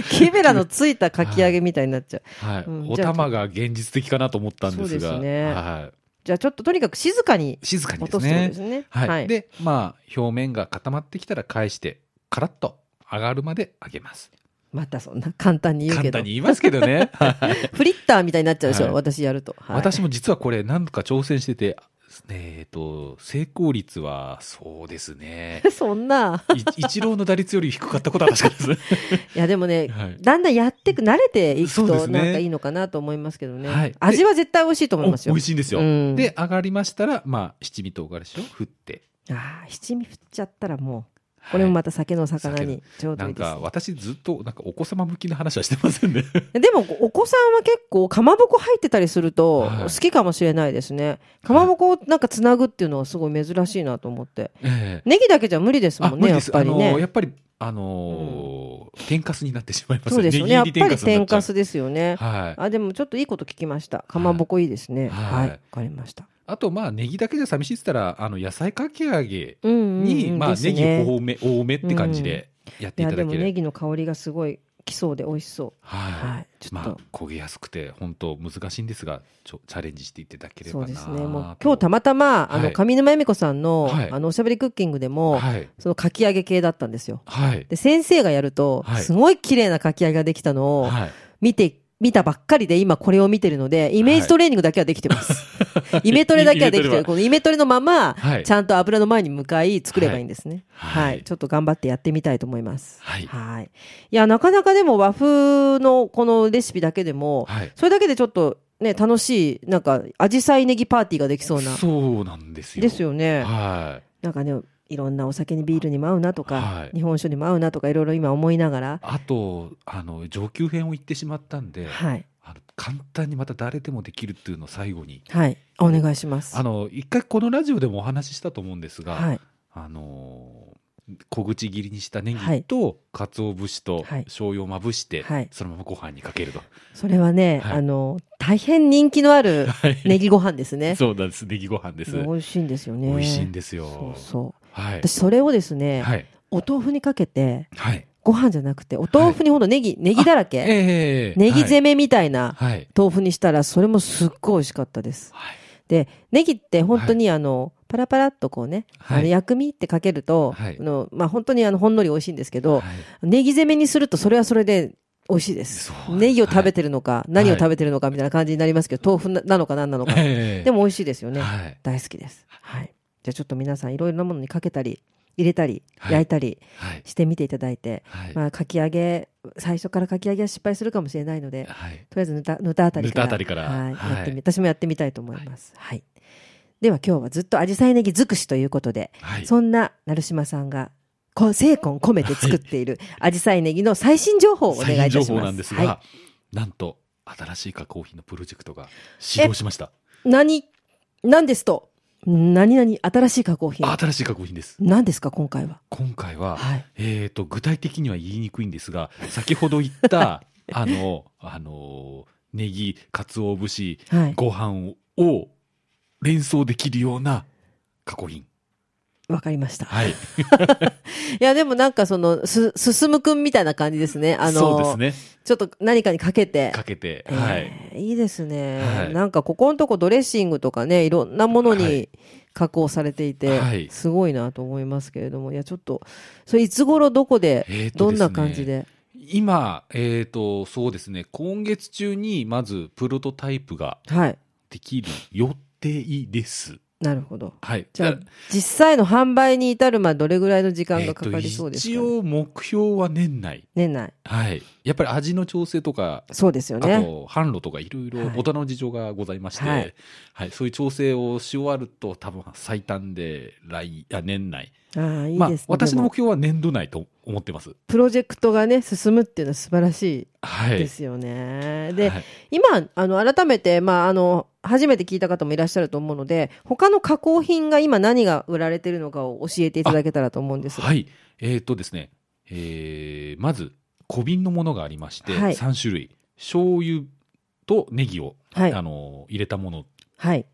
Speaker 1: 木べらのついたかき揚げみたいになっちゃう。
Speaker 2: はい、
Speaker 1: うん
Speaker 2: お玉が現実的かなと思ったんです
Speaker 1: そう
Speaker 2: が、
Speaker 1: ですね
Speaker 2: は
Speaker 1: じゃあちょっととにかく静かに
Speaker 2: い、静かにです
Speaker 1: 落とすってこと
Speaker 2: ね。
Speaker 1: ですね。
Speaker 2: はい、
Speaker 1: はい。
Speaker 2: で、まあ、表面が固まってきたら返して、カラッと上がるまで揚げます。
Speaker 1: またそんな簡単に言う
Speaker 2: 簡
Speaker 1: けど
Speaker 2: 単に。言いますけどね。 はい
Speaker 1: フリッターみたいになっちゃうでしょ、
Speaker 2: はい
Speaker 1: 私やると。はい。
Speaker 2: 私も実はこれ何度か挑戦してて、えっ、と、成功率は、そうですね
Speaker 1: そんな。
Speaker 2: い一郎の打率より低かったことは確かです。
Speaker 1: いや、でもね、
Speaker 2: はい。
Speaker 1: だんだんやってく、慣れていく
Speaker 2: そうで
Speaker 1: と、
Speaker 2: すね
Speaker 1: なんかいいのかなと思いますけどね。
Speaker 2: はい
Speaker 1: 味は絶対美味しいと思い
Speaker 2: お
Speaker 1: ます
Speaker 2: 美
Speaker 1: よ。
Speaker 2: 味しいんですよ。
Speaker 1: うん
Speaker 2: で、上がりましたら、まあ、七味唐辛子を振って。
Speaker 1: ああ、七味振っちゃったらもう、
Speaker 2: はい
Speaker 1: これもまた酒の魚にちょう
Speaker 2: な
Speaker 1: ど
Speaker 2: いん
Speaker 1: いです
Speaker 2: か、私ずっと、なんかお子様向きの話はしてませ んね。
Speaker 1: ね。でも、お子さんは結構、かまぼこ入ってたりすると、
Speaker 2: はい
Speaker 1: 好きかもしれないですね。かまぼこをなんかつなぐっていうのはすごい珍しいなと思って。
Speaker 2: ええ
Speaker 1: ネギだけじゃ無理です
Speaker 2: あ、
Speaker 1: もん
Speaker 2: 無
Speaker 1: ね、
Speaker 2: 理
Speaker 1: や
Speaker 2: で
Speaker 1: っ
Speaker 2: す
Speaker 1: ぱ
Speaker 2: あ
Speaker 1: り
Speaker 2: のーや
Speaker 1: ね。
Speaker 2: っぱり、あのー天かすになってしまいます
Speaker 1: そうですよね。やっ
Speaker 2: ネ
Speaker 1: ぱ
Speaker 2: ギ入
Speaker 1: り天か
Speaker 2: す
Speaker 1: すですよね。
Speaker 2: はい。
Speaker 1: あ、でもちょっといいこと聞きました。かまぼこいいですね。は。
Speaker 2: はいい
Speaker 1: わかりました。
Speaker 2: あと、まあ、ネギだけじゃ寂しいって言ったら、あの、野菜かき揚げ
Speaker 1: うんうんうん。
Speaker 2: に、まあ、
Speaker 1: です
Speaker 2: ネ
Speaker 1: ね
Speaker 2: ギ多め、多めって感じでやっ
Speaker 1: い
Speaker 2: てい
Speaker 1: や
Speaker 2: ただけ
Speaker 1: で
Speaker 2: れば
Speaker 1: も。ネギの香りがすごいきそうで美味しそう。は、
Speaker 2: はい
Speaker 1: ち
Speaker 2: い。
Speaker 1: ょっと、
Speaker 2: まあ、焦げやすくて、本当難しいんですが、ちょチャレンジしていただければ
Speaker 1: そ
Speaker 2: な
Speaker 1: う
Speaker 2: と。
Speaker 1: ですね。もう今日たまたまあの
Speaker 2: はい
Speaker 1: 上沼恵美子さんの、
Speaker 2: はい
Speaker 1: あのおしゃべりクッキングでも、
Speaker 2: はい。
Speaker 1: そのかき揚げ系だったんですよ。
Speaker 2: はい。
Speaker 1: で先生がやると、
Speaker 2: はい
Speaker 1: すごい綺麗なかき揚げができたのを
Speaker 2: はい。
Speaker 1: 見て。見たばっかりで今これを見てるので、イメージトレーニングだけはでき てます。イメトレだけはで
Speaker 2: イメトレ
Speaker 1: きてる。
Speaker 2: は
Speaker 1: このイメトレのまま、
Speaker 2: はい
Speaker 1: ちゃんと油の前に向かい作ればいいんですね。
Speaker 2: はい
Speaker 1: はい。ちょっと頑張ってやってみたいと思います。
Speaker 2: はい。
Speaker 1: はい。いや、なかなかでも和風のこのレシピだけでも、
Speaker 2: はい。
Speaker 1: それだけでちょっとね、楽しい、なんか、アジサイネギパーティーができそうな。
Speaker 2: そうなんですよ。
Speaker 1: ですよね。
Speaker 2: はい。
Speaker 1: なんかね、いろんなお酒にビールにも合うなとか、
Speaker 2: はい
Speaker 1: 日本酒にも合うなとか、いろいろ今思いながら、
Speaker 2: あと、あの、上級編を言ってしまったんで、
Speaker 1: はい。
Speaker 2: あの簡単にまた誰でもできるっていうのを最後に。
Speaker 1: はい。お願いします。
Speaker 2: あの、一回このラジオでもお話ししたと思うんですが、
Speaker 1: はい。
Speaker 2: あのー小口切りにしたネギと、鰹節と
Speaker 1: はい
Speaker 2: 醤油をまぶして、
Speaker 1: はい
Speaker 2: そのままご飯にかけると。
Speaker 1: それはね、
Speaker 2: はい
Speaker 1: あの、大変人気のある
Speaker 2: はい
Speaker 1: ネギご飯ですね。
Speaker 2: そうなんです。ネギご飯です。
Speaker 1: 美味しいんですよね。
Speaker 2: 美味しいんですよ。
Speaker 1: そうそう。
Speaker 2: はい。
Speaker 1: 私、それをですね、
Speaker 2: はい。
Speaker 1: お豆腐にかけて、
Speaker 2: はい。
Speaker 1: ご飯じゃなくて、お豆腐にほんとネギ、ネギだら
Speaker 2: え
Speaker 1: け、
Speaker 2: え
Speaker 1: ネギ攻めみたいな
Speaker 2: はい。はい。
Speaker 1: 豆腐にしたら、それもすっごい美味しかったです。
Speaker 2: はい
Speaker 1: で、ネギって本当にあの、パラパラっとこうね、
Speaker 2: はい
Speaker 1: あの薬味ってかけると、
Speaker 2: はい
Speaker 1: あのまあ、本当にあのほんのり美味しいんですけど、
Speaker 2: はい
Speaker 1: ネギ攻めにするとそれはそれで美味しいです
Speaker 2: そうなん。です
Speaker 1: ネギを食べてるのか、何を食べてるのかみたいな感じになりますけど、豆腐ななのか何なのか。
Speaker 2: ええ
Speaker 1: でも美味しいですよね。
Speaker 2: はい。
Speaker 1: 大好きです。はい。じゃあちょっと皆さんいろいろなものにかけたり、入れたり、
Speaker 2: はい
Speaker 1: 焼いたり
Speaker 2: はい。
Speaker 1: してみていただいて、
Speaker 2: はい。
Speaker 1: まあ、かき揚げ、最初からかき揚げは失敗するかもしれないので、
Speaker 2: はい。
Speaker 1: とりあえずぬた、ぬたあたりから。
Speaker 2: ぬたあたりから
Speaker 1: はい。
Speaker 2: はい
Speaker 1: やってみ、私もやってみたいと思います。はい。では今日はずっと紫陽花ネギ尽くしということで、
Speaker 2: はい。
Speaker 1: そんな成島さんが、こ精魂込めて作っている紫陽花ネギの最新情報をお願いい
Speaker 2: 最
Speaker 1: たしま
Speaker 2: 新
Speaker 1: す。
Speaker 2: 情報なんですが、
Speaker 1: は
Speaker 2: なんと、新しい加工品のプロジェクトが始動しました。
Speaker 1: い、何、何ですと、何々新しい加工品。
Speaker 2: 新しい加工品です。
Speaker 1: 何ですか、今回は。
Speaker 2: 今回は、
Speaker 1: はい。
Speaker 2: えー、と具体的には言いにくいんですが先ほど言った、 あの、あのネギかつお節
Speaker 1: はい。
Speaker 2: ご飯を連想できるような加工品
Speaker 1: わかりました。
Speaker 2: はい
Speaker 1: いや、でもなんかその、す、すすむくんみたいな感じですね。あの、
Speaker 2: そうです
Speaker 1: ちょっと何かにかけて
Speaker 2: ね。かけて、
Speaker 1: えー
Speaker 2: はい、
Speaker 1: いいですね、
Speaker 2: はい
Speaker 1: なんかここのとこドレッシングとかねいろんなもの
Speaker 2: は
Speaker 1: に
Speaker 2: い
Speaker 1: 加工されていて、
Speaker 2: はい
Speaker 1: すごいなと思いますけれどもいやちょっとそれいつ頃どこで、
Speaker 2: えーと
Speaker 1: ど
Speaker 2: ですね
Speaker 1: んな感じで
Speaker 2: 今えっ、とそうですね今月中にまずプロトタイプが
Speaker 1: はい
Speaker 2: できる予定です
Speaker 1: なるほど
Speaker 2: はい
Speaker 1: じゃあ
Speaker 2: だ
Speaker 1: 実際の販売に至るまでどれぐらいの時間がかかりそうですか、ね
Speaker 2: えーと一応目標は年内
Speaker 1: 年内
Speaker 2: はいやっぱり味の調整とか
Speaker 1: そうですよ
Speaker 2: あ
Speaker 1: ね
Speaker 2: と販路とかいろいろ
Speaker 1: はい
Speaker 2: 大人の事情がございまして、
Speaker 1: は
Speaker 2: はいいそういう調整をし終わると多分最短で来あ年内
Speaker 1: ああいいですね、
Speaker 2: まあ、私の
Speaker 1: で
Speaker 2: 目
Speaker 1: も
Speaker 2: 標は年度内と思ってます。
Speaker 1: プロジェクトがね進むっていうのは素晴らし
Speaker 2: はいい、
Speaker 1: ですよね、で、
Speaker 2: はい
Speaker 1: 今あの改めて、まあ、あの初めて聞いた方もいらっしゃると思うので他の加工品が今何が売られてるのかを教えていただけたらと思うんですが
Speaker 2: はいえっ、とですね、えーまず小瓶のものがありまして、
Speaker 1: はい
Speaker 2: 3種類醤油とネギを、
Speaker 1: はい
Speaker 2: あの入れたもの、
Speaker 1: はい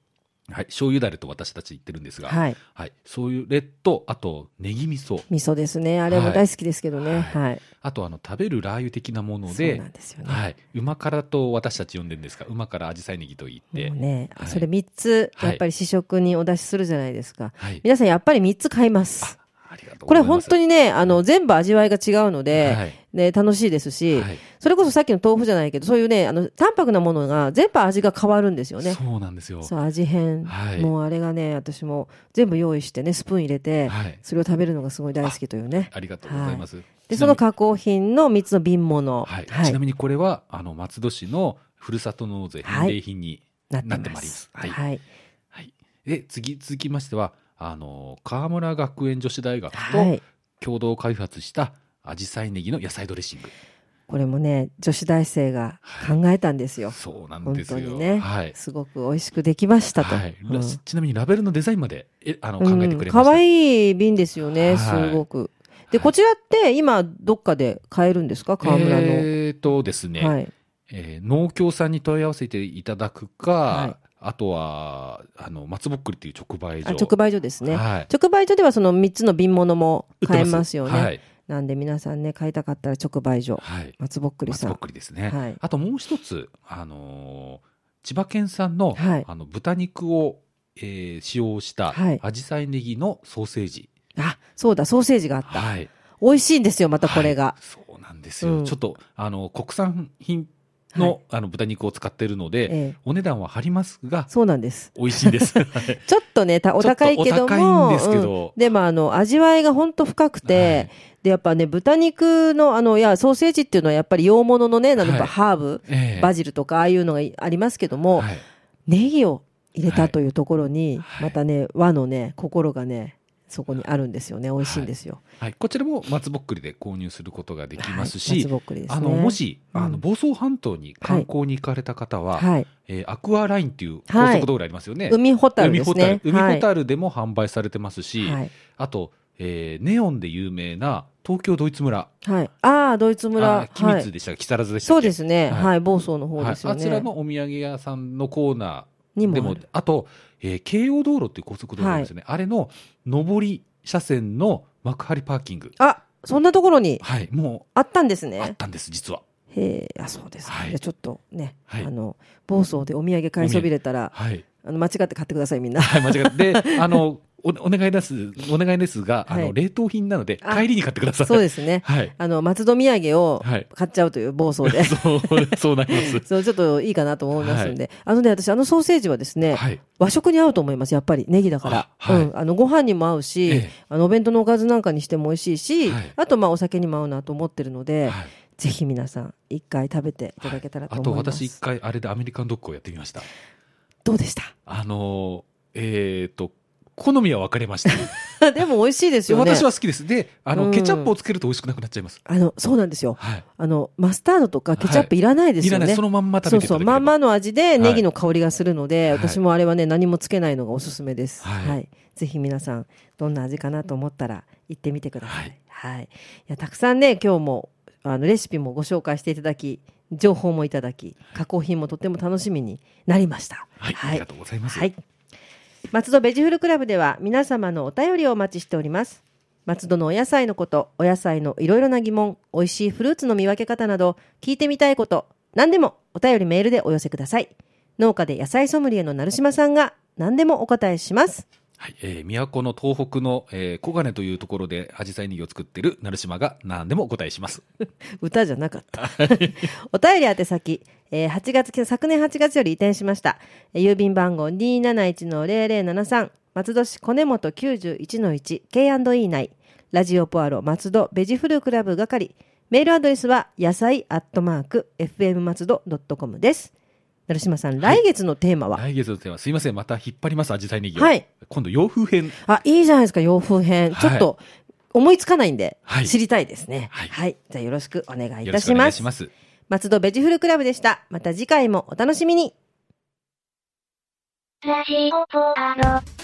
Speaker 2: はい、醤油だれと私たち言ってるんですが、はい
Speaker 1: はい
Speaker 2: そういうレッドあとネギ味噌
Speaker 1: 味噌ですねあれも
Speaker 2: はい
Speaker 1: 大好きですけどねは、
Speaker 2: はいあとあの食べるラー油的なもの
Speaker 1: そう
Speaker 2: で
Speaker 1: なんですよね、
Speaker 2: はい、馬からと私たち呼んでるんですが馬からアジサイネギと言って、
Speaker 1: もうね、あ
Speaker 2: はい
Speaker 1: それ3つ
Speaker 2: はい
Speaker 1: やっぱり試食にお出しするじゃないですか、
Speaker 2: はい、
Speaker 1: 皆さんやっぱり3つ買います
Speaker 2: あありがとう
Speaker 1: こ
Speaker 2: ござ
Speaker 1: れ
Speaker 2: いま
Speaker 1: 本
Speaker 2: す
Speaker 1: 当にねあの全部味わいが違うので、
Speaker 2: はい
Speaker 1: ね、楽しいですし、
Speaker 2: はい
Speaker 1: それこそさっきの豆腐じゃないけどそういうねあの淡白なものが全部味が変わるんですよね
Speaker 2: そうなんですよ
Speaker 1: そう味変、
Speaker 2: はい
Speaker 1: もうあれがね私も全部用意してねスプーン入れて、
Speaker 2: はい
Speaker 1: それを食べるのがすごい大好きというね
Speaker 2: ありがとうございます、
Speaker 1: で
Speaker 2: ちな
Speaker 1: そ
Speaker 2: み
Speaker 1: の
Speaker 2: に
Speaker 1: 加工品の3つの瓶物
Speaker 2: はいちなみにこれはあの松戸市のふるさと納税
Speaker 1: は
Speaker 2: 返
Speaker 1: い
Speaker 2: 礼品に、
Speaker 1: な
Speaker 2: なって
Speaker 1: ま
Speaker 2: ますす
Speaker 1: はい、
Speaker 2: ははいで次続きましてはあの川村学園女子大学
Speaker 1: は
Speaker 2: と
Speaker 1: い
Speaker 2: 共同開発したアジサイネギの野菜ドレッシング、
Speaker 1: これもね女子大生が考えたんですよ、
Speaker 2: そうなんですよ
Speaker 1: 本当にね
Speaker 2: はい
Speaker 1: すごく美味しくできましたと、
Speaker 2: はい
Speaker 1: うん
Speaker 2: らちなみにラベルのデザインまでえあの
Speaker 1: うん
Speaker 2: 考えてくれました、
Speaker 1: 可愛い瓶ですよね、
Speaker 2: はい
Speaker 1: すごくでこちらって今どっかで買えるんですか川村の、
Speaker 2: えーとですね、
Speaker 1: はい
Speaker 2: えー農協さんに問い合わせていただくか、
Speaker 1: はい
Speaker 2: あとはあの松ぼっくりっていう直売所
Speaker 1: あ直売所ですね、
Speaker 2: はい、
Speaker 1: 直売所ではその3つの瓶物も
Speaker 2: 売って
Speaker 1: 買えますよね、
Speaker 2: はい
Speaker 1: なんで皆さんね買いたかったら直売所
Speaker 2: はい、
Speaker 1: 松ぼっくり
Speaker 2: 松
Speaker 1: さ
Speaker 2: ぼ
Speaker 1: ん
Speaker 2: っくりですね、
Speaker 1: はい
Speaker 2: あともう一つ、あのー千葉県産の,、
Speaker 1: はい
Speaker 2: あの豚肉を、えー使用した
Speaker 1: はい
Speaker 2: アジサイネギのソーセージ、
Speaker 1: あそうだソーセージがあった、
Speaker 2: はい
Speaker 1: 美味しいんですよまたこれが
Speaker 2: はい、そうなんですよ、
Speaker 1: うん
Speaker 2: ちょっとあの国産品の,、
Speaker 1: はい
Speaker 2: あの豚肉を使っているので、
Speaker 1: ええ
Speaker 2: お値段は張りますが
Speaker 1: そうなんです
Speaker 2: 美味しいですはい
Speaker 1: ちょっとねた お高いけ
Speaker 2: ち
Speaker 1: ども
Speaker 2: ょっとお高いんですけど
Speaker 1: うんでもあの味わいがほんと深くて、
Speaker 2: はい
Speaker 1: でやっぱね豚肉のあのいやソーセージっていうのはやっぱり洋物のねなん
Speaker 2: は
Speaker 1: か
Speaker 2: い
Speaker 1: ハーブ、
Speaker 2: ええ
Speaker 1: バジルとかああいうのがいありますけども、
Speaker 2: はい
Speaker 1: ネギを入れたというところに、
Speaker 2: はい
Speaker 1: またね和のね心がねそこにあるんですよね美味しいんですよ、
Speaker 2: はい、こちらも松ぼっくりで購入することができますし、
Speaker 1: はい松ぼっくりですね
Speaker 2: あのもし、
Speaker 1: うん
Speaker 2: あの房総半島に観光に行かれた方は、
Speaker 1: はい
Speaker 2: えーアクアラインっていう高
Speaker 1: はい
Speaker 2: 速道路ありますよね、
Speaker 1: 海ホタルですね
Speaker 2: 海ホタル海
Speaker 1: は
Speaker 2: ホ
Speaker 1: い
Speaker 2: タルでも販売されてますし、
Speaker 1: はい
Speaker 2: あと、えーネオンで有名な東京ドイツ村
Speaker 1: はい、ああドイツ村
Speaker 2: あ君
Speaker 1: は
Speaker 2: 津
Speaker 1: い、
Speaker 2: でした、木更津でした
Speaker 1: そ
Speaker 2: っ
Speaker 1: う
Speaker 2: け
Speaker 1: ですね
Speaker 2: はい
Speaker 1: はい房総の方
Speaker 2: は
Speaker 1: で
Speaker 2: い
Speaker 1: すよ
Speaker 2: あ
Speaker 1: ね、
Speaker 2: ちらのお土産屋さんのコーナ
Speaker 1: に
Speaker 2: ー
Speaker 1: も
Speaker 2: で
Speaker 1: あ
Speaker 2: も
Speaker 1: る
Speaker 2: あと、えー京王道路っていう高速道路ありますよね、あれの上り車線の幕張パーキング
Speaker 1: あそんなところに
Speaker 2: はい、も
Speaker 1: あったんです
Speaker 2: う、あっ
Speaker 1: ね。
Speaker 2: たんです、実は。
Speaker 1: へえ、あ、そうですか。
Speaker 2: はい
Speaker 1: じゃあちょっとね、
Speaker 2: はい
Speaker 1: あの、暴走でお土産買いそびれたら、
Speaker 2: はい。
Speaker 1: あの間違って買ってください、みん な。
Speaker 2: はい、間違って。で、あの、おお願いです、お願いですが、あ
Speaker 1: はい
Speaker 2: の、冷凍品なので、
Speaker 1: あ
Speaker 2: 帰りに買ってください。
Speaker 1: そうですね。
Speaker 2: はい。
Speaker 1: あの、松戸土産を
Speaker 2: はい
Speaker 1: 買っちゃうという暴走 で。
Speaker 2: そう、そうなり ます。
Speaker 1: そう、ちょっといいかなと思いますんで。あのね、私、あのソーセージはですね、
Speaker 2: はい。
Speaker 1: 和食に合うと思います、やっぱり。ネギだから。
Speaker 2: あはい
Speaker 1: うん。あの、ご飯にも合うし、
Speaker 2: ええ
Speaker 1: あの、お弁当のおかずなんかにしても美味しいし、
Speaker 2: はい
Speaker 1: あと、まあ、お酒にも合うなと思ってるので、
Speaker 2: はい
Speaker 1: ぜひ皆さん、一回食べていただけたらと
Speaker 2: あ
Speaker 1: 思
Speaker 2: と
Speaker 1: います。
Speaker 2: 私一回あれでアメリカンドッグをやってみました。
Speaker 1: どうでした
Speaker 2: あのーえっ、と、好みは分かれました。
Speaker 1: でも美味しいですよね。
Speaker 2: 私は好きです。で、あ
Speaker 1: う
Speaker 2: の、
Speaker 1: ん
Speaker 2: ケチャップをつけると美味しくなくなっちゃいます。
Speaker 1: あの、そうなんですよ。
Speaker 2: はい。
Speaker 1: あの、マスタードとかケチャップいらないです
Speaker 2: いら
Speaker 1: よね。
Speaker 2: ない、そのまんま食
Speaker 1: そ
Speaker 2: べ
Speaker 1: う
Speaker 2: てい
Speaker 1: そ
Speaker 2: ただ
Speaker 1: う、
Speaker 2: ければ
Speaker 1: まんまの味で
Speaker 2: はい
Speaker 1: ネギの香りがするので、
Speaker 2: はい
Speaker 1: 私もあれはね、何もつけないのがおすすめです。は。
Speaker 2: はいい
Speaker 1: ぜひ皆さん、どんな味かなと思ったら、行ってみてください。
Speaker 2: はい
Speaker 1: はい。い、や、たくさんね、今日も、あの、レシピもご紹介していただき、情報もいただき、加工品もとても楽しみになりました。
Speaker 2: はい、ありがとうございます。
Speaker 1: はい。松戸ベジフルクラブでは皆様のお便りをお待ちしております。松戸のお野菜のこと、お野菜のいろいろな疑問、美味しいフルーツの見分け方など、聞いてみたいこと、何でもお便りメールでお寄せください。農家で野菜ソムリエの成島さんが何でもお答えします。
Speaker 2: はい、えー、都の東北の、えー、小金というところで、アジサイネギを作ってる、成島が何でもお答えします。
Speaker 1: 歌じゃなかった。お便り宛先、えー8月、昨年8月より移転しました。えー郵便番号271-0073、松戸市金本91-1、K&E 内、ラジオポアロ松戸ベジフルクラブ係、メールアドレスは、野菜アットマーク、fm 松戸 .com です。成島さん、来月のテーマは、
Speaker 2: 来月のテーマ、すいません、また引っ張ります、アジサイネギを。
Speaker 1: はい
Speaker 2: 今度、洋風編。
Speaker 1: あ、いいじゃないですか、洋風編。
Speaker 2: はい
Speaker 1: ちょっと、思いつかないんで、
Speaker 2: はい
Speaker 1: 知りたいですね。は。
Speaker 2: はいい
Speaker 1: じゃあ、よろしくお願いい
Speaker 2: よ
Speaker 1: た
Speaker 2: ろしく
Speaker 1: し
Speaker 2: お願
Speaker 1: ま
Speaker 2: い
Speaker 1: す
Speaker 2: し。ます。
Speaker 1: 松戸ベジフルクラブでした。また次回もお楽しみに。
Speaker 3: ラジオポアロ。